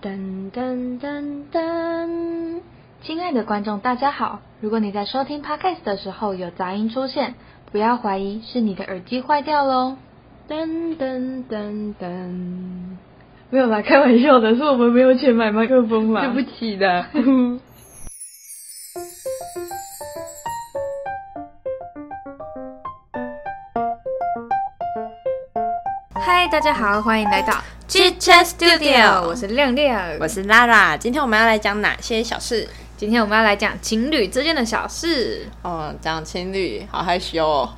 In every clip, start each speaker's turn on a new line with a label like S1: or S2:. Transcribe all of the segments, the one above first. S1: 噔噔噔噔！亲爱的观众，大家好！如果你在收听 podcast 的时候有杂音出现，不要怀疑是你的耳机坏掉喽。噔噔噔噔！没有啦，开玩笑的，是我们没有钱买麦克 风啦。
S2: 起的。
S1: 嗨，大家好，欢迎来到
S2: Chit Chat E Studio
S1: 我是亮亮。
S2: 我是 Lara，今天我们要来讲哪些小事？
S1: 今天我们要来讲情侣之间的小事，
S2: 哦，讲情侣，好害羞 哦，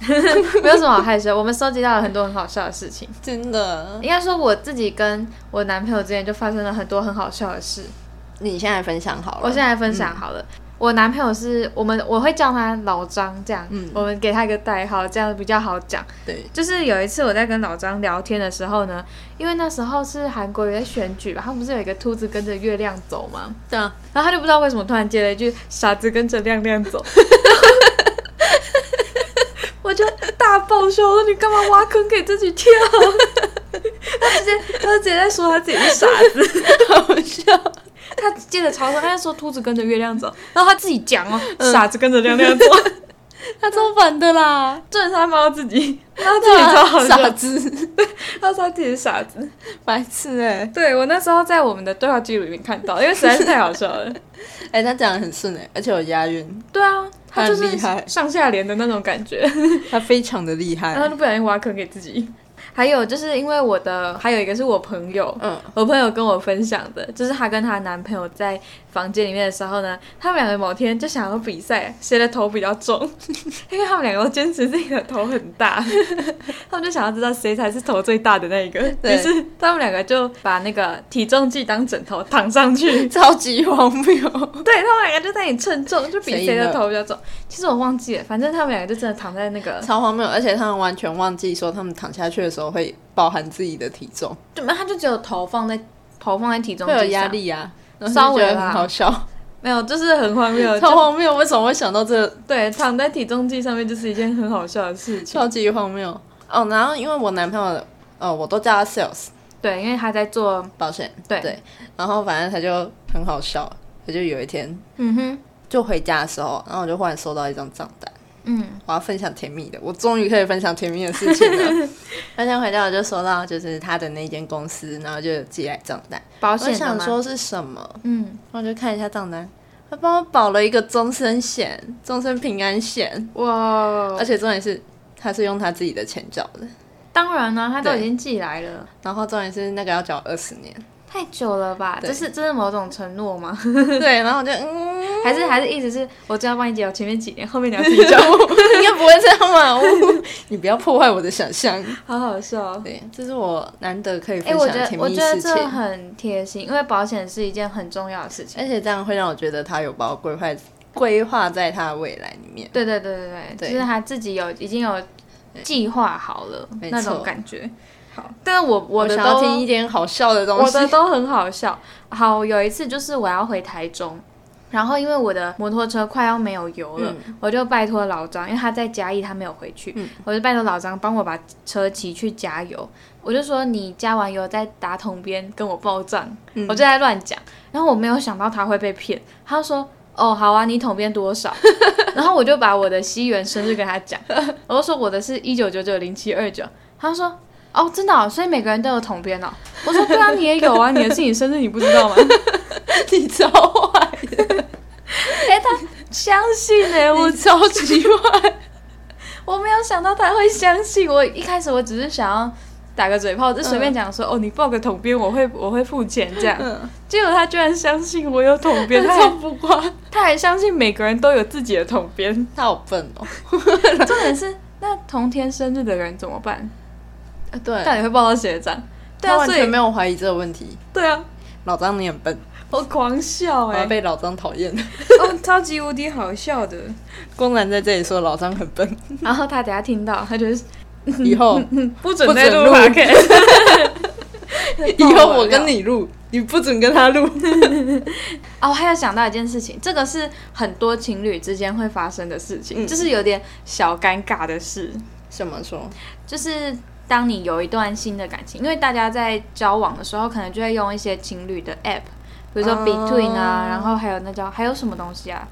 S1: 没有什么好害羞。我们收集到了很多很好笑的事情。
S2: 真的。
S1: 应该说我自己跟我男朋友之间就发生了很多很好笑的事。
S2: 你现在分享好了。
S1: 我现在分享好了，我男朋友是我们我会叫他老张这样，
S2: 嗯
S1: 我们给他一个代号，这样比较好讲。
S2: 对，
S1: 就是有一次我在跟老张聊天的时候呢，因为那时候是韩国有在选举吧，他们不是有一个兔子跟着月亮走吗？
S2: 这样
S1: 然后他就不知道为什么突然接了一句“傻子跟着亮亮走”， 我就大爆笑，我说你干嘛挖坑给自己跳？ 他直接他直接在说他自己是傻子，
S2: 好笑。
S1: 他接着嘲笑，他就说兔子跟着月亮走，然后他自己讲哦，傻子跟着亮亮走，
S2: 他超烦的啦，
S1: 真的是他骂到自己， 他自己超好
S2: 傻
S1: 笑，
S2: 子，
S1: 他说他自己是傻子。
S2: 白痴哎、
S1: 对我那时候在我们的对话记录里面看到，因为实在是太好笑了。
S2: 哎、他讲的很顺哎、而且有押韵，
S1: 对啊，他就是
S2: 很厉害
S1: 上下联的那种感觉。
S2: 他非常的厉害
S1: 然后就不小心挖坑给自己。还有就是因为我的，还有一个是我朋友，
S2: 嗯，
S1: 我朋友跟我分享的，就是她跟她男朋友在房间里面的时候呢，他们两个某天就想要比赛，谁的头比较重， 因为他们两个都坚持自己的头很大， 他们就想要知道谁才是头最大的那一个，于
S2: 对
S1: 是他们两个就把那个体重计当枕头躺上 去，
S2: 超级荒谬。
S1: 对他们两个就在那里称重，就比谁
S2: 谁赢
S1: 的
S2: 了
S1: 头比较重。其实我忘记了，反正他们两个就真的躺在那个
S2: 超荒谬，而且他们完全忘记说他们躺下去的时候会包含自己的体重，
S1: 对，没有他就只有头放在头放在体重
S2: 会有
S1: 机
S2: 压
S1: 上，
S2: 力啊，然后
S1: 稍
S2: 就
S1: 微
S2: 觉得
S1: 啦
S2: 很好笑。
S1: 没有，就是很荒 谬。
S2: 超
S1: 就
S2: 荒谬！为什么会想到这个
S1: 对，躺在体重计上面就是一件很好笑的事情。
S2: 超级荒谬？哦，然后因为我男朋友，呃，我都叫他 sales
S1: 对，因为他在做，
S2: 保险，
S1: 对
S2: 对，然后反正他就很好笑，他就有一天
S1: 嗯哼，
S2: 就回家的时候，然后我就忽然收到一张账单，
S1: 嗯，
S2: 我要分享甜蜜的，我终于可以分享甜蜜的事情了。那天回家我就收到就是他的那间公司，然后就有寄来账单，
S1: 保
S2: 我
S1: 险的
S2: 想
S1: 嘛，
S2: 说是什么，
S1: 嗯，
S2: 然后就看一下账单，他帮我保了一个终身险，终身平安险，
S1: 哇
S2: 而，且重点是他是用他自己的钱缴的。
S1: 当然啦、他都已
S2: 对
S1: 经寄来了，
S2: 然后重点是那个要缴二十年，
S1: 太久了吧？
S2: 对
S1: 这是这是某种承诺吗？
S2: 对，然后我就嗯，
S1: 还是还是一直是我只要帮你解我前面几年，后面你要自己缴，
S2: 应该不会这样吧？我你不要破坏我的想象。
S1: 好好笑 哦。
S2: 对，这是我难得可以
S1: 哎、
S2: 分
S1: 我
S2: 享
S1: 觉
S2: 的
S1: 得
S2: 甜
S1: 我
S2: 蜜
S1: 觉得
S2: 事情，
S1: 这很贴心，因为保险是一件很重要的事情。
S2: 而且这样会让我觉得他有把我规划规划在他的未来里面。
S1: 对对对对对，
S2: 对
S1: 就是他自己有已经有计划好了
S2: 没
S1: 那
S2: 错
S1: 种感觉。好，但我我的
S2: 想要
S1: 都
S2: 听一点好笑的东
S1: 我
S2: 西。
S1: 的都很好笑。好，有一次就是我要回台中，然后因为我的摩托车快要没有油了，我就拜托老张，因为他在嘉义，他没有回去，
S2: 嗯
S1: 我就拜托老张帮我把车骑去加油。我就说你加完油再打桶边跟我报账，
S2: 嗯
S1: 我就在乱讲。然后我没有想到他会被骗，他就说。哦，好啊，你桶边多少？ 然后我就把我的西元生日跟他讲，我就说我的是一九九九零七二九，他就说哦，真的、哦，所以每个人都有桶边哦。我说对啊，你也有啊，你的是你生日，你不知道吗？
S2: 你超坏，
S1: 哎、他相信哎、我
S2: 你超级坏，
S1: 我没有想到他会相信。我一开始我只是想要打个嘴炮，就随便讲说、哦，你报个桶边，我会我会付钱这样。
S2: 嗯
S1: 结果他居然相信我有桶边，他
S2: 超
S1: 还
S2: 不乖，
S1: 他还相信每个人都有自己的桶边。
S2: 他好笨哦。
S1: 重点是，那同天生日的人怎么办？
S2: 呃对，
S1: 到底会报到谁的账？对
S2: 他
S1: 啊，
S2: 完
S1: 所
S2: 全
S1: 以
S2: 没有怀疑这个问题。
S1: 对啊，
S2: 老张你很笨，
S1: 我狂笑
S2: 我
S1: 哎、
S2: 要被老张讨厌。
S1: 哦，超级无敌好笑的。
S2: 公然在这里说老张很笨，
S1: 然后他等下听到，他就是
S2: 以后
S1: 不准
S2: 嗯不
S1: 再
S2: 准
S1: 录
S2: 录
S1: podcast。
S2: 以后我跟你录，你不准跟他 录。
S1: 哦，还有想到一件事情，这个是很多情侣之间会发生的事情，
S2: 嗯
S1: 就是有点小尴尬的事，
S2: 怎么说？
S1: 就是当你有一段新的感情，因为大家在交往的时候，可能就会用一些情侣的 app，比如说
S2: 哦
S1: Between 啊，然后还有那叫还有什么东西啊？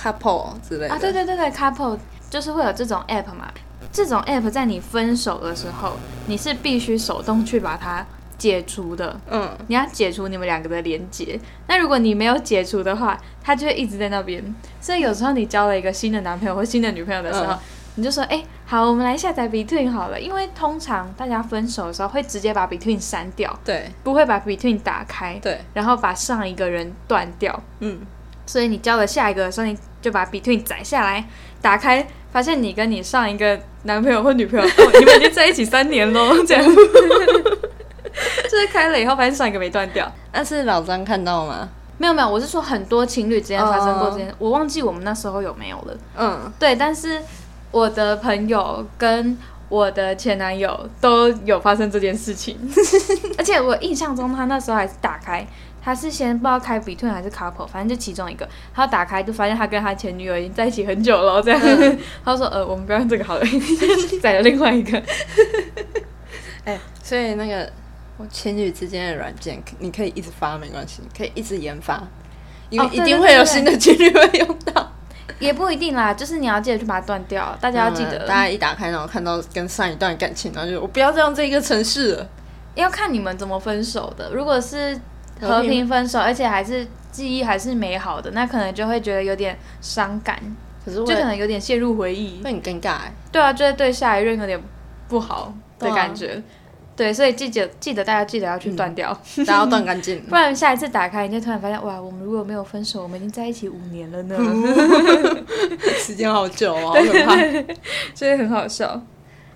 S2: couple 之类的
S1: 啊，对对对对，couple 就是会有这种 app 嘛。这种 app 在你分手的时候，你是必须手动去把它解除的，
S2: 嗯，
S1: 你要解除你们两个的连接。那如果你没有解除的话，它就会一直在那边。所以有时候你交了一个新的男朋友或新的女朋友的时候，
S2: 嗯
S1: 你就说：“哎、好，我们来下载 Between 好了。”因为通常大家分手的时候会直接把 Between 删掉，
S2: 对
S1: 不会把 Between 打开，
S2: 对，
S1: 然后把上一个人断掉。
S2: 嗯，
S1: 所以你交了下一个的时候，你就把 Between 载下来，打开，发现你跟你上一个男朋友或女朋友，哦、你们已经在一起三年喽， 这样。就是开了以后，发现上一个没断掉。
S2: 那是老张看到吗？
S1: 没有没有，我是说很多情侣之间发生过
S2: 哦
S1: 这件我忘记我们那时候有没有了。
S2: 嗯，
S1: 对，但是我的朋友跟我的前男友都有发生这件事 情，而且我印象中他那时候还是打开，他是先不知道开 Between 还是 Couple，反正就其中一个，他打开就发现他跟他前女友已经在一起很久了，这样， 他说呃我们不要用这个好了， 载了另外一个，
S2: 哎、所以那个我情侣之间的软件，你可以一直发没关系，可以一直研发，因为
S1: 哦对
S2: 一定会有新的情侣会用到。
S1: 也不一定啦，就是你要记得去把它断掉，大家要记得，
S2: 嗯大家一打开，然后看到跟上一段感情，然后就我不要再用这一个城市了。
S1: 要看你们怎么分手的。如果是和
S2: 和平
S1: 平分手，而且还是记忆还是美好的，那可能就会觉得有点伤感，
S2: 可是
S1: 就
S2: 我
S1: 可能有点陷入回忆。
S2: 会很尴尬 哎、
S1: 对啊，就会对下一任有点不好的
S2: 对啊
S1: 感觉。对，所以记得记得大家记得要去断掉，
S2: 大家要断干 净。
S1: 不然下一次打开你就突然发现，哇，我们如果没有分手，我们已经在一起五年了呢，
S2: 时间好久 哦，好可怕。
S1: 所以很好笑。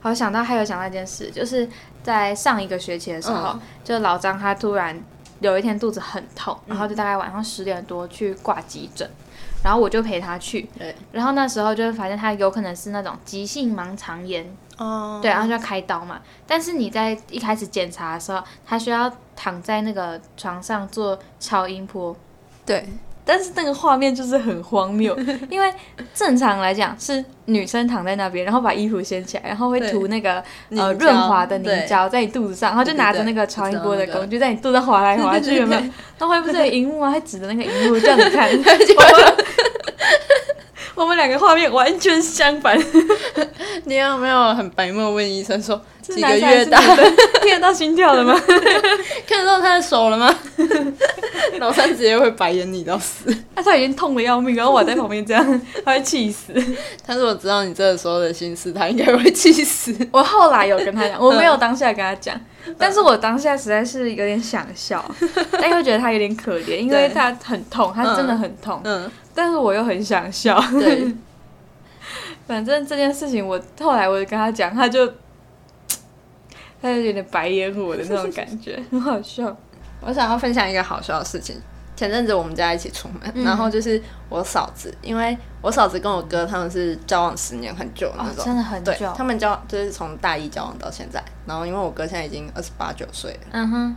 S1: 好，想到还有想到一件事，就是在上一个学期的时候，
S2: 嗯
S1: 就老张他突然有一天肚子很痛，然后就大概晚上十点多去挂急诊，然后我就陪他去，
S2: 对，
S1: 然后那时候就会发现他有可能是那种急性盲肠炎，
S2: 哦，
S1: 对，然后就要开刀嘛。但是你在一开始检查的时候，他需要躺在那个床上做超音波，
S2: 对，
S1: 但是那个画面就是很 荒谬，因为正常来讲是女生躺在那边，然后把衣服掀起来，然后会涂
S2: 对
S1: 那个呃
S2: 凝胶
S1: 润滑的凝
S2: 对
S1: 胶在你肚子上，然后就
S2: 对对
S1: 拿着
S2: 对
S1: 那个
S2: 我
S1: 超
S2: 知
S1: 音
S2: 道
S1: 波的
S2: 那个
S1: 工具在你肚子上滑来滑去，有没有？然后还不是有荧幕啊，他指着那个荧幕 叫你看， 我们两个画面完全相 反，
S2: 你有没有很白目问医生说
S1: 这
S2: 几
S1: 男
S2: 个
S1: 生还
S2: 月
S1: 是
S2: 大？
S1: 女的听得到心跳了吗？
S2: 看得到他的手了吗？ 老三直接会白眼你到 死。
S1: 那啊他已经痛的要命，然后我在旁边 这样，他会气死。
S2: 他如果知道你这个时候的心思，他应该会气死。
S1: 我后来有跟他 讲，我没有当下跟他讲，但是我当下实在是有点想 笑，但又觉得他有点可怜，因为
S2: 对
S1: 他很痛，他真的很痛，
S2: 嗯，
S1: 但是我又很想笑。
S2: 对，
S1: 反正这件事情我，后来我就跟他讲，他就他就有点白眼我的那种感 觉，很好笑。
S2: 我想要分享一个好笑的事情。前阵子我们家一起出门，
S1: 嗯
S2: 然后就是我嫂子，因为我嫂子跟我哥他们是交往十年很久哦的那种，
S1: 真的很
S2: 对
S1: 久，
S2: 他们交就是从大一交往到现在。然后因为我哥现在已经二十八九岁了，
S1: 嗯哼，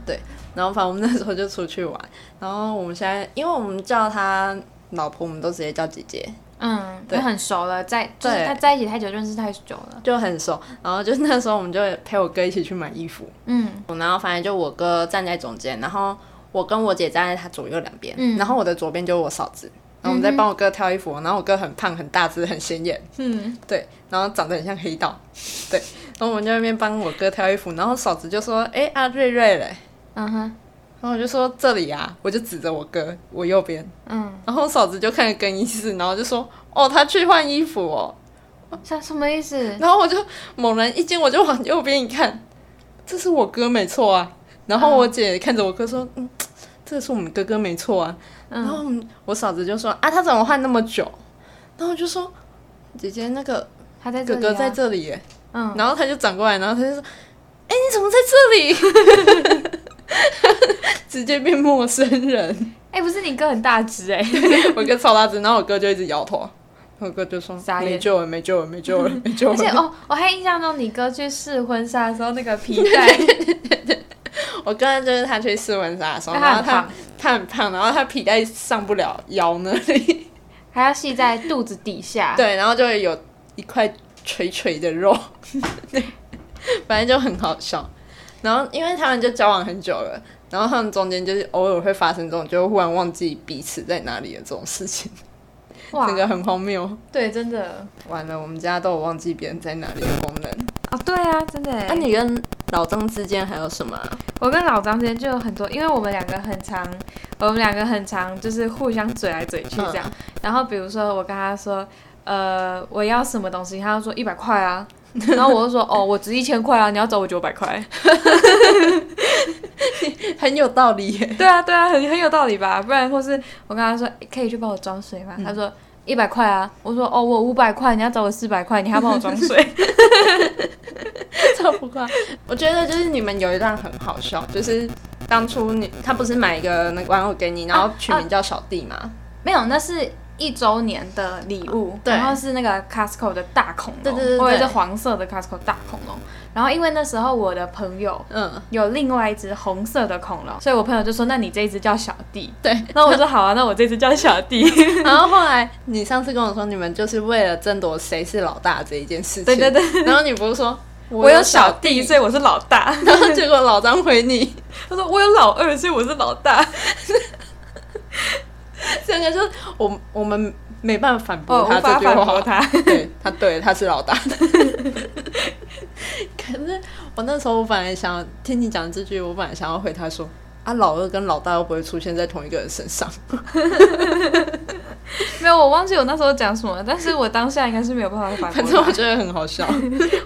S2: 然后反正我们那时候就出去玩，然后我们现在因为我们叫她老婆，我们都直接叫姐姐，
S1: 嗯，
S2: 对
S1: 就很熟了，在就是
S2: 对
S1: 他在一起太久，认识太久了，
S2: 就很熟。然后就是那时候我们就陪我哥一起去买衣服，
S1: 嗯
S2: 然后反正就我哥站在中间，然后我跟我姐站在他左右两边，
S1: 嗯
S2: 然后我的左边就是我嫂子。然后我们在帮我哥挑衣服，然后我哥很胖、很大只、很显眼，
S1: 嗯，
S2: 对，然后长得很像黑道， 对。然后我们就在那边帮我哥挑衣服，然后嫂子就说：“哎，阿、瑞瑞嘞。”
S1: 嗯哼，
S2: 然后我就说：“这里啊！”我就指着我哥，我右边。
S1: 嗯，
S2: 然后我嫂子就看着更衣室，然后就说：“哦，他去换衣服哦。
S1: 像什么意”思？
S2: 然后我就猛然一惊，我就往右边一看，这是我哥没错啊。
S1: 嗯
S2: 然后我姐看着我哥说：“嗯，这是我们哥哥没错啊。”然
S1: 嗯，
S2: 后我嫂子就说：“啊，他怎么换那么久？”然后我就说：“姐姐，那个
S1: 他在这
S2: 哥
S1: 里
S2: 哥
S1: 啊
S2: 在，这里耶。
S1: 嗯，
S2: 然后他就转过来，然后他就说：“哎，你怎么在这里？” 直接变陌生人。
S1: 哎，不是你哥很大只哎，
S2: 我哥超大只，然后我哥就一直摇头，我哥就说
S1: 傻眼
S2: 没救了，没救了，没 救了，没救
S1: 而且
S2: 了。
S1: 哦，我还印象中你哥去试婚纱的时候那个皮带，
S2: 我刚刚就是他去试婚纱的时候，
S1: 他
S2: 哦然后
S1: 很
S2: 他
S1: 胖，
S2: 他很胖，然后他皮带上不了腰 那里，
S1: 还要系在肚子底下，
S2: 对，然后就有一块垂垂的肉， 反正就很好笑。然后因为他们就交往很久了，然后他们中间就是偶尔会发生这种，就忽然忘记彼此在哪里的这种事情，
S1: 哇，
S2: 那个很荒谬。
S1: 对，真的
S2: 完了，我们家都有忘记别人在哪里的功能。
S1: 啊，对啊，真的耶。
S3: 那、你跟老张之间还有什么啊、
S1: 我跟老张之间就有很多，因为我们两个很常，我们两个很常就是互相嘴来嘴去这样。然后比如说我跟他说，呃，我要什么东西，他就说一百块啊，然后我就说，哦， 我值一千块啊，你要找我九百块。
S2: 很有道理耶。
S1: 对啊，对啊，很很有道理吧？嗯不然或是我跟他说，可以去帮我装水吗？他说。一百块啊！我说哦，我五百块，你要找我四百块，你还要帮我装水，
S2: 超浮夸。我觉得就是你们有一段很好笑，就是当初你他不是买一个那个玩偶给你，然后
S3: 啊
S2: 取名叫小弟嘛？
S1: 没有，那是一周年的礼物，
S2: 对
S1: 然后是那个 Costco 的大恐龙，
S2: 对对对对
S1: 我有一只黄色的 Costco 大恐龙。然后因为那时候我的朋友
S2: 嗯，
S1: 有另外一只红色的恐龙，所以我朋友就说：“那你这一只叫小弟。
S2: 对。”
S1: 那我说：“好啊，那我这只叫小弟。
S2: 然后后来你上次跟我说，你们就是为了争夺谁是老大这一件事情。
S1: 对对对。
S2: 然后你不是说
S1: 我有小弟，所
S2: 以
S1: 以我是老大。
S2: 然后结果老张回你，
S1: 他说：“我有老二，所以我是老大。
S2: 整个就是我我们没办法反”驳
S1: 哦，无
S2: 他
S1: 法
S2: 这句话。
S1: 反驳他。
S2: 对他对他是老 大。可是我那时候我本来想要听你讲这句，我本来想要回他说啊，老二跟老大又不会出现在同一个人身 上。
S1: 没有，我忘记我那时候讲什么，但是我当下应该是没有办法反驳
S2: 反
S1: 他。
S2: 正我觉得很好笑。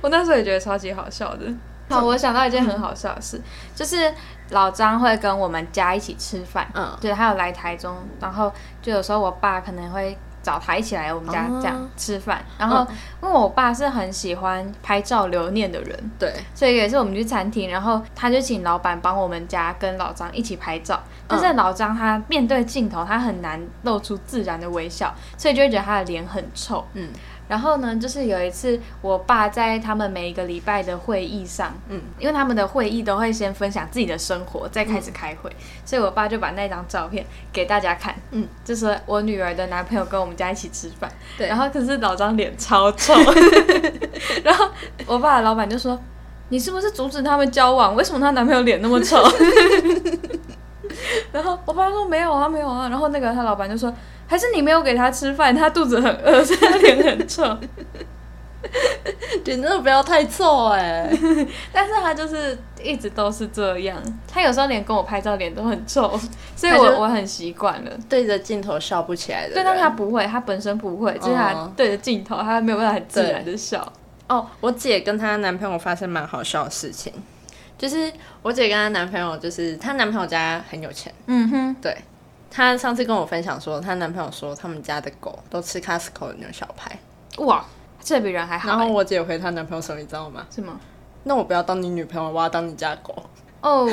S1: 我那时候也觉得超级好笑的。嗯好，我想到一件很好笑的事，就是老张会跟我们家一起吃 饭，
S2: 嗯
S1: 对，他有来台中，然后就有时候我爸可能会找他一起来我们家
S2: 哦
S1: 这样吃饭，然后因为我爸是很喜欢拍照留念的人，
S2: 对，
S1: 所以也是我们去餐厅，然后他就请老板帮我们家跟老张一起拍照。
S2: 嗯
S1: 但是老张他面对镜头，他很难露出自然的微笑，所以就会觉得他的脸很臭。
S2: 嗯，
S1: 然后呢，就是有一次我爸在他们每一个礼拜的会议上，
S2: 嗯，
S1: 因为他们的会议都会先分享自己的生活，再开始开会，所以我爸就把那张照片给大家看，
S2: 嗯，
S1: 就说我女儿的男朋友跟我们家一起吃饭，
S2: 对
S1: 然后可是老张脸超臭， 然后我爸的老板就说。你是不是阻止他们交往？为什么她男朋友脸那么丑？ 然后我爸说没有啊，没有啊。然后那个他老板就说，还是你没有给他吃饭，他肚子很饿，所以他脸很臭。
S2: 脸真的不要太臭哎、
S1: 但是他就是一直都是这样，他有时候连跟我拍照脸都很 臭，所以
S2: 他
S1: 我
S2: 就
S1: 我很习惯了。
S2: 对着镜头笑不起来的
S1: 对，
S2: 人。
S1: 但他不会，他本身不会，就是他
S2: 哦
S1: 对着镜头，他没有办法很自然的笑。
S2: 哦，我姐跟她男朋友发生蛮好笑的事情，就是我姐跟她男朋友，就是她男朋友家很有钱。
S1: 嗯哼，
S2: 对，她上次跟我分享说，她男朋友说他们家的狗都吃 Costco 的牛小排。
S1: 哇，这比人还好、
S2: 然后
S1: 欸。
S2: 我姐回她男朋友说：“你知道吗？
S1: 是吗？
S2: 那我不要当你女朋友，我要当你家狗。
S1: 哦，”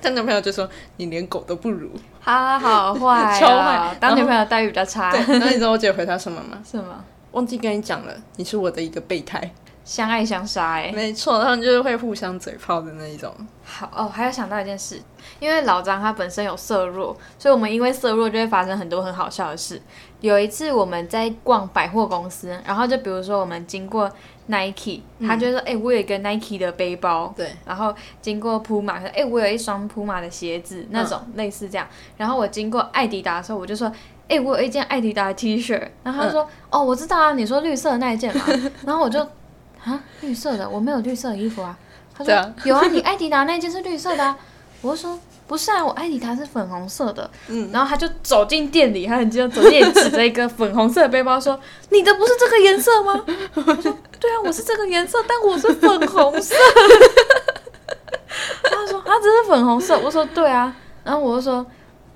S2: 她男朋友就说：“你连狗都不如。
S1: 他好 坏、
S2: 超
S1: 啊，
S2: 坏
S1: 当女朋友待遇比较差，”
S2: 然后你知道我姐回她什么吗？
S1: 是吗？
S2: 忘记跟你讲了，你是我的一个备胎。
S1: 相爱相杀、欸，
S2: 没错，他们就是会互相嘴炮的那一种。
S1: 好哦，还有想到一件事，因为老张他本身有色弱，所以我们因为色弱就会发生很多很好笑的事。有一次我们在逛百货公司，然后就比如说我们经过 Nike，他就说：“哎、我有一个 Nike 的背包。”
S2: 对，
S1: 然后经过 Puma，他说：“哎、我有一双 Puma 的鞋子，那种、
S2: 嗯
S1: 类似这样。”然后我经过艾迪达的时候，我就说。哎、我有一件艾迪达的 T 恤，然后他
S2: 嗯
S1: 说：“哦，我知道啊，你说绿色的那一 件嘛。”然后我就啊，绿色的，我没有绿色的衣 服啊。他
S2: 对
S1: 说、
S2: 啊
S1: 有啊，你艾迪达那件是绿色的、 啊。我就说不是啊，我艾迪达是粉红色的。
S2: 嗯
S1: 然后他就走进店里，他很激动，走进来指着一个粉红色的背包说：“你的不是这个颜色吗？”我说：“对啊，我是这个颜色，但我是粉红 色。”他说：“他只是粉红色。”我说：“对啊。”然后我就说。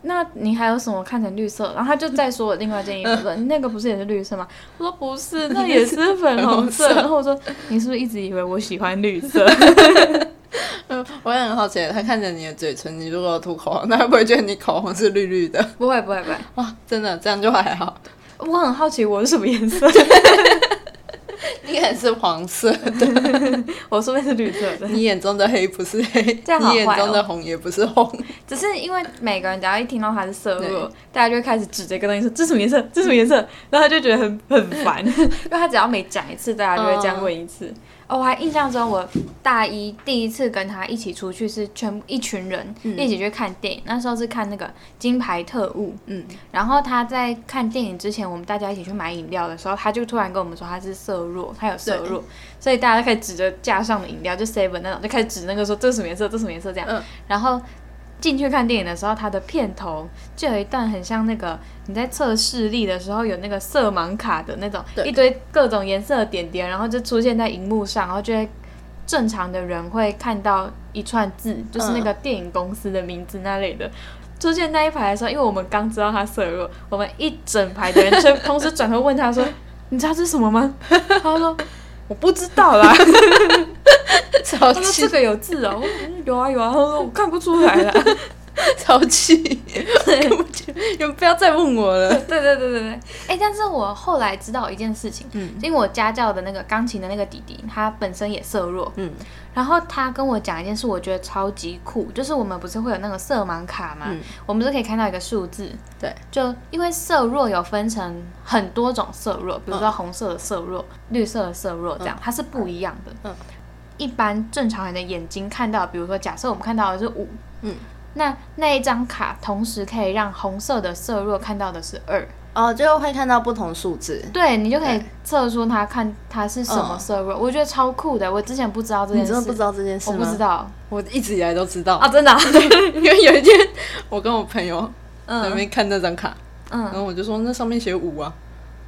S1: 那你还有什么看成绿色？然后他就再说我另外一件衣服 说，你那个不是也是绿色吗？我说不 是，那也是粉红色。然后我说你是不是一直以为我喜欢绿 色？
S2: 嗯，我也很好奇，他看着你的嘴唇，你如果涂口红，他会不会觉得你口红是绿绿的？
S1: 不会不会不会，
S2: 哇，真的这样就还 好，
S1: 我很好奇我是什么颜 色，
S2: 你眼是黄色，
S1: 我说的是绿色的。
S2: 你眼中的黑不是黑，
S1: 这样好
S2: 你眼
S1: 坏哦
S2: 中的红也不是红。
S1: 只是因为每个人只要一听到它是色弱
S2: 对，
S1: 大家就会开始指着一个东西说这什么颜色， 这什么颜色，然后他就觉得很很烦，因为他只要每讲一次，大家就会这样问一次。哦，我还印象中我大一第一次跟他一起出去是全部一群人、一起去看电影，那时候是看那个《金牌特务》。
S3: 嗯，
S1: 然后他在看电影之前，我们大家一起去买饮料的时候，他就突然跟我们说他是色弱，他有色弱，所以大家就开始指着架上的饮料，就 seven 那种，就开始指那个说这是什么颜色，这是什么颜色这样。
S2: 嗯
S1: 然后进去看电影的时候，它的片头就有一段很像那个你在测视力的时候有那个色盲卡的那种
S2: 对
S1: 一堆各种颜色的点点，然后就出现在荧幕上，然后就会正常的人会看到一串字，就是那个电影公司的名字那类的。出现那一排的时候，因为我们刚知道他色弱，我们一整排的人就同时转头问他说：“你知道这是什么吗？” 他说：“我不知 道啦。”
S2: 超
S1: 他说：“这
S2: 气
S1: 个有字哦。”我说嗯：“有啊有啊。”他说：“我看不出来啊啦。”
S2: 超气， 你们不要再问我了。
S1: 对对对对对，哎、但是我后来知道一件事情，嗯，因为我家教的那个钢琴的那个弟弟，他本身也色弱，嗯，然后他跟我讲一件事，我觉得超级酷，就是我们不是会有那个色盲卡嘛，我们不是可以看到一个数字，
S2: 嗯对，
S1: 就因为色弱有分成很多种色弱，比如说红色的色弱、绿色的色弱这样，它是不一样的，
S2: 嗯
S1: 一般正常人的眼睛看到，比如说假设我们看到的是五，
S3: 嗯，
S1: 那那一张卡同时可以让红色的色弱看到的是二。
S3: 哦，就会看到不同数字。
S1: 对你就可以
S3: 对
S1: 测出它看它是什么色弱，我觉得超酷的。我之前不知道这件
S3: 你
S1: 事，
S3: 真的不知道这件事
S1: 我
S3: 吗？
S1: 不知，道
S2: 我一直以来都知道，
S1: 啊，真的啊、
S2: 因为有一天我跟我朋友在那
S1: 嗯
S2: 边看那张卡，然
S1: 嗯，
S2: 后我就说那上面写五啊，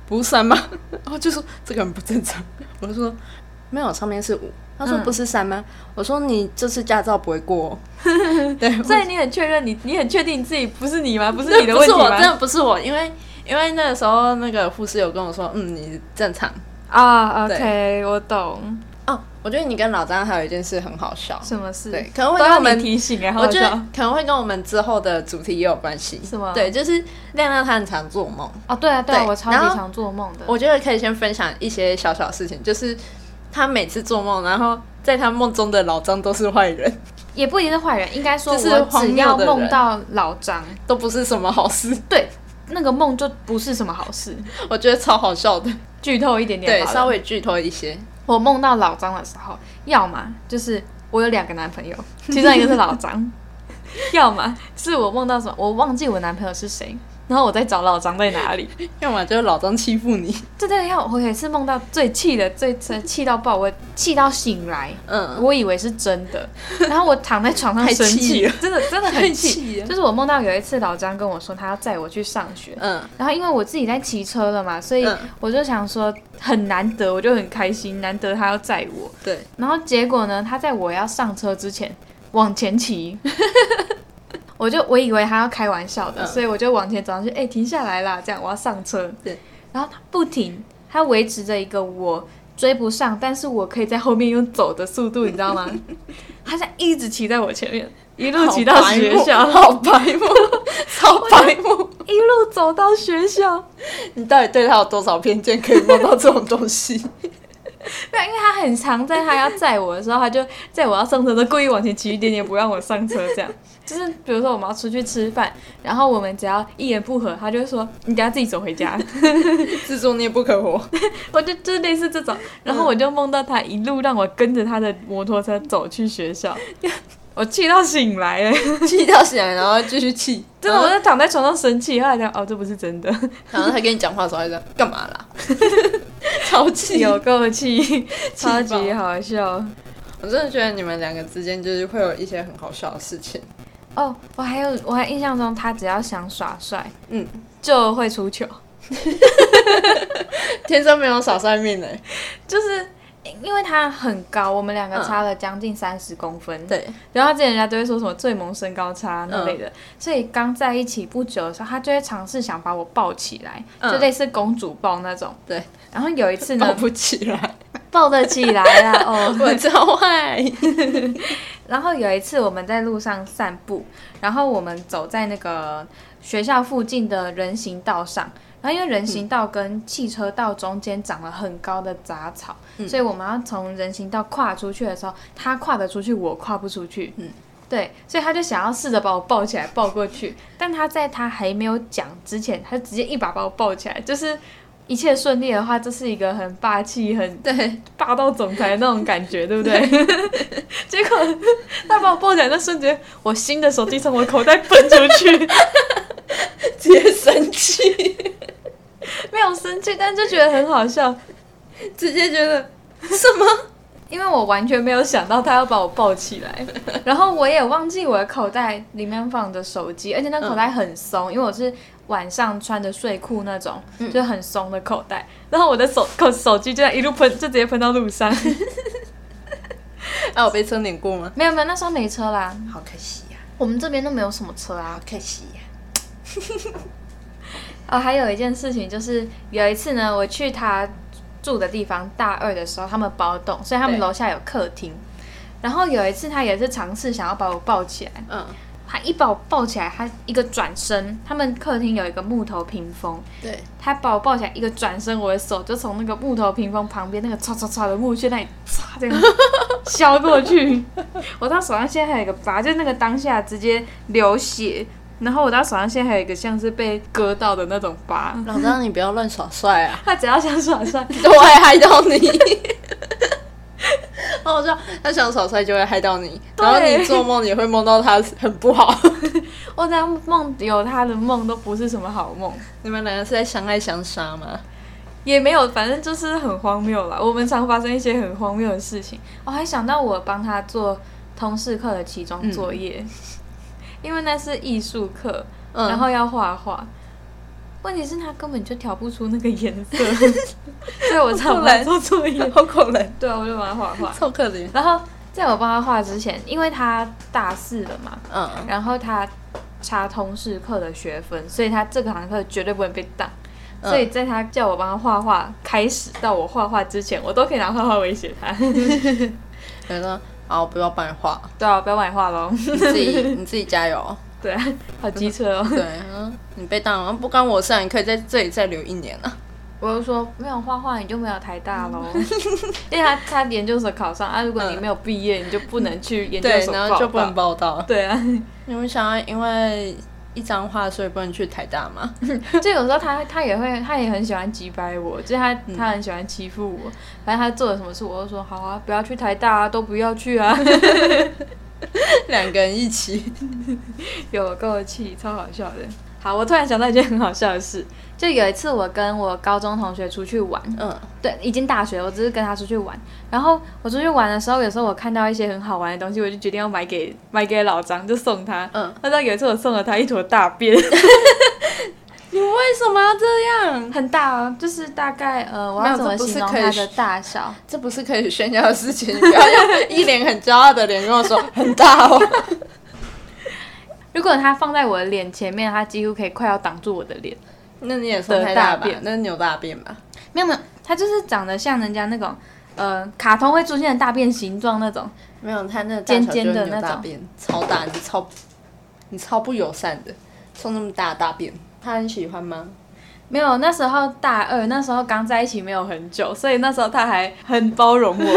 S2: 不是三吗？ 然后就说这个很不正常。我就说
S3: 没有，上面是五。他说
S1: 嗯
S3: 不是三吗？我说你这次驾照不会过、哦。对，
S1: 所以你很确认你，你很确定你自己不是你吗？不是你的
S2: 不
S1: 问
S2: 是
S1: 题
S2: 我，真
S1: 吗？
S2: 的不是我，因为因为那个时候那个护士有跟我说，嗯，你正常。
S1: 啊
S2: 对
S1: ，OK，我懂
S2: 哦，我觉得你跟老张还有一件事很好笑，
S1: 什么事，
S2: 对，可能会
S1: 都
S2: 跟
S1: 要
S2: 我
S1: 你
S2: 们
S1: 提醒哎，好
S2: 我
S1: 好
S2: 觉
S1: 笑
S2: 得可能会跟我们之后的主题也有关系，
S1: 是吗
S2: 对，就是亮亮他很常做梦，
S1: 哦，对啊，对啊，
S2: 对
S1: 我超级
S2: 然后
S1: 常做梦的，
S2: 我觉得可以先分享一些小小事情，就是他每次做梦，然后在他梦中的老张都是坏人，
S1: 也不一定是坏人，应该说
S2: 就是
S1: 我
S2: 荒
S1: 只
S2: 谬
S1: 要
S2: 的
S1: 梦
S2: 人
S1: 到老张，
S2: 都不是什么好事，
S1: 对，那个梦就不是什么好事。
S2: 我觉得超好笑的。
S1: 剧透一点点
S2: 对
S1: 好，了，
S2: 稍微剧透一些，
S1: 我梦到老张的时候，要么就是我有两个男朋友，其中一个是老张， 要么是我梦到什么，我忘记我男朋友是谁，然后我在找老张在哪里。
S2: 要么就是老张欺负你，
S1: 对对，要我有一次梦到最气的，最最气到爆，我气到醒来，
S2: 嗯，
S1: 我以为是真的，然后我躺在床上
S2: 太
S1: 生
S2: 气
S1: 气
S2: 了，
S1: 真的真的很气。
S2: 了，
S1: 就是我梦到有一次老张跟我说他要载我去上学，
S2: 嗯，
S1: 然后因为我自己在骑车了嘛，所以
S2: 嗯
S1: 我就想说很难得，我就很开心，难得他要载我，
S2: 对，
S1: 然后结果呢，他在我要上车之前往 前骑，我就我以为他要开玩笑的，
S2: 嗯
S1: 所以我就往前走上去，哎、停下来啦，这样我要上车。
S2: 对，
S1: 然后他不停，他维持着一个我追不上，但是我可以在后面用走的速度，你知 道吗？他像一直骑在我前面，一路骑到学校，
S2: 好白目， 超白目。
S1: 一路走到学校。
S2: 你到底对他有多少偏见，可以梦到这种东西？
S1: 对，啊因为他很常在他要载我的时候，他就 在我要上车的时候故意往前骑一点点，不让我上车。这样 就是，比如说我们要出去吃饭，然后我们只要一言不合，他就会说你等下自己走回家。
S2: 自作孽不可活。
S1: 我就就是类似这种，然后我就梦到他一路让我跟着他的摩托车走去学校， 我气到醒来 了，
S2: 气到醒来，然后继续气。
S1: 真的，我就躺在床上生气，后来讲哦，这不是真 的，
S2: 然后他跟你讲话的时候，他就干嘛啦？超气！
S1: 有够气， 超
S2: 爆
S1: 级好笑。
S2: 我真的觉得你们两个之间就是会有一些很好笑的事情。
S1: 哦，我还有，我还印象中他只要想耍帅，
S2: 嗯，
S1: 就会出糗。
S2: 天生没有少帅命哎、
S1: 就是因为他很高，我们两个差了将近三十公分。
S2: 嗯对，嗯
S1: 然后之前人家都会说什么最萌身高差那类的，所以刚在一起不久的时候，他就会尝试想把我抱起来，
S2: 嗯
S1: 就类似公主抱那种。
S2: 对。
S1: 然后有一次
S2: 抱
S1: 呢，
S2: 不起来，
S1: 抱得起来啦， 哦，
S2: 我超坏。
S1: 然后有一次我们在路上散步，然后我们走在那个学校附近的人行道上，然后因为人行道跟汽车道中间长了很高的杂草，所以我们要从人行道跨出去的时候，他跨得出去，我跨不出去。
S2: 嗯。
S1: 对，所以他就想要试着把我抱起来抱过去，但他在他还没有讲之前，他直接一把把我抱起来，就是一切顺利的话，这是一个很霸气、很
S4: 对，
S1: 霸道总裁那种感觉，对不对？结果 他把我抱起来那瞬间，我新的手机从我口袋奔出去，
S4: 直接生气，
S1: 没有生气，但就觉得很好笑，
S4: 直接觉得什 么？
S1: 因为我完全没有想到他要把我抱起来，然后我也忘记我的口袋里面放着手机，而且那口袋很松，因为我是晚上穿的睡裤那种，就很松的口袋。然后我的手口手机就在一路喷，就直接喷到路 上。
S4: 啊，我被车碾过吗？
S1: 没有没有，那时候没车啦，
S4: 好可惜
S2: 啊
S4: 呀、
S1: 我们这边都没有什么车
S4: 好。
S1: 啊
S4: 可惜呀、
S1: 哦，还有一件事情就是有一次呢，我去他住的地方，大二的时候他们包栋，所以他们
S4: 对
S1: 楼下有客厅。然后有一次他也是尝试想要把我抱起
S2: 啊
S1: 来，
S4: 嗯，
S1: 他一把我抱起来，他一个转身，他们客厅有一个木头屏风，
S4: 对，
S1: 他把我抱起来，一个转身，我的手就从那个木头屏风旁边那个唰唰唰的木屑那里唰这样削过去， 我到手上现在还有一个疤，就那个当下直接流血，然后我到手上现在还有一个像是被割到的那种疤。
S2: 老张，你不要乱耍帅啊！
S1: 他只要想耍帅，
S2: 就会害到 你。好好笑，他想耍帅就会害到你，
S1: 对
S2: 然后你做梦也会梦到他很不好。
S1: 我在梦有他的梦都不是什么好梦，
S2: 你们两个是在相爱相杀吗？
S1: 也没有，反正就是很荒谬啦。我们常发生一些很荒谬的事情。我、还想到我帮他做通识课的期中作业，因为那是艺术课，
S2: 嗯
S1: 然后要画画。问题是，他根本就调不出那个颜 色，所以我才帮他做作业。
S2: 好可怜，
S1: 对啊，我就帮他画画。
S2: 超可怜。
S1: 然后在我帮他画之前，因为他大四了嘛，
S2: 嗯，
S1: 然后他差通识课的学分，所以他这堂课绝对不会被挡。
S2: 嗯
S1: 所以在他叫我帮他画画开始到我画画之前，我都可以拿画画威胁 他。
S2: 他说：“好，不要帮你画，
S1: 对啊，不要买画 喽。
S2: 你自己你自己加油。
S1: 对啊，好机车哦”。
S2: 对，嗯，你被当了，不关我事啊，你可以在这里再留一年啊。
S1: 我就说没有画画你就没有台大喽， 因为他他研究所考上啊，如果你没有毕业，你就不能去研究
S2: 对，
S1: 所
S2: 然后就不
S1: 报
S2: 能
S1: 到。
S2: 报道。
S1: 对啊，
S2: 你们想要因为一张画所以不能去台大吗？
S1: 就有时候他他也会，他也很喜欢击败我，就是他他很喜欢欺负我，反正他做了什么事，我就说好啊，不要去台大啊，都不要去啊，
S2: 两个人一起，
S1: 有够气，超好笑的。好，我突然想到一件很好笑的事，就有一次我跟我高中同学出去玩，
S2: 嗯，
S1: 对，已经大学了，我只是跟他出去玩。然后我出去玩的时候，有时候我看到一些很好玩的东西，我就决定要买给买给老张，就送他。
S2: 嗯，
S1: 那到有一次我送了他一坨大便，
S2: 你为什么要这样？
S1: 很大哦，就是大概呃，我
S2: 没有
S1: 要怎
S2: 这
S1: 么
S2: 不是
S1: 形容
S2: 可以
S1: 它的大小？
S2: 这不是可以炫耀的事情，你不要用一脸很骄傲的脸跟我说很大 哦。
S1: 如果它放在我的脸前面，它几乎可以快要挡住我的脸。
S2: 那你也说太大吧
S1: 的大？便
S2: 那是牛大便吧？
S1: 没有没有，它就是长得像人家那种呃，卡通会出现的大便形状那种。
S2: 没有，它那个
S1: 尖尖的
S2: 大小就是牛
S1: 那
S2: 大
S1: 种
S2: 便，超大，你超你超不友善的，送那么大的大便，他很喜欢吗？
S1: 没有，那时候大二，那时候刚在一起没有很久，所以那时候他还很包容我。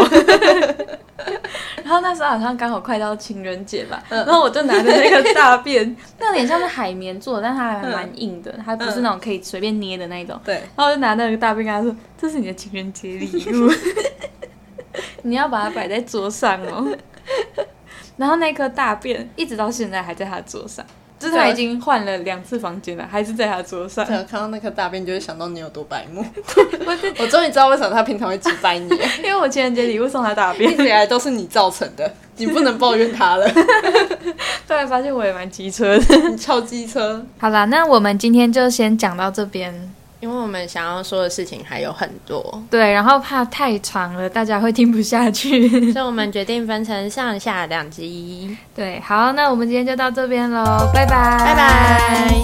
S1: 然后那时候好像刚好快到情人节吧，然后我就拿着那个大便，那有点像是海绵做的，但它还蛮硬的，它不是那种可以随便捏的那一种。
S2: 对，
S1: 然后我就拿那个大便跟他说：“这是你的情人节礼物， 你要把它摆在桌上哦。” 然后那颗大便一直到现在还在他桌上，就是他已经换了两次房间了，还是在他桌上。
S2: 对，啊看到那颗大便就会想到你有多白目。 我终于知道为什么他平常会击败你，
S1: 因为我情人节礼物送他大
S2: 一
S1: 便，
S2: 直以来都是你造成的，你不能抱怨他 了。
S1: 突然发现我也蛮机车的。
S2: 你超机车，
S1: 好啦，那我们今天就先讲到这边。
S2: 因为我们想要说的事情还有很多，
S1: 对，然后怕太长了，大家会听不下去。
S2: 所以我们决定分成上下两集。
S1: 对，好，那我们今天就到这边喽，拜拜，拜
S2: 拜拜。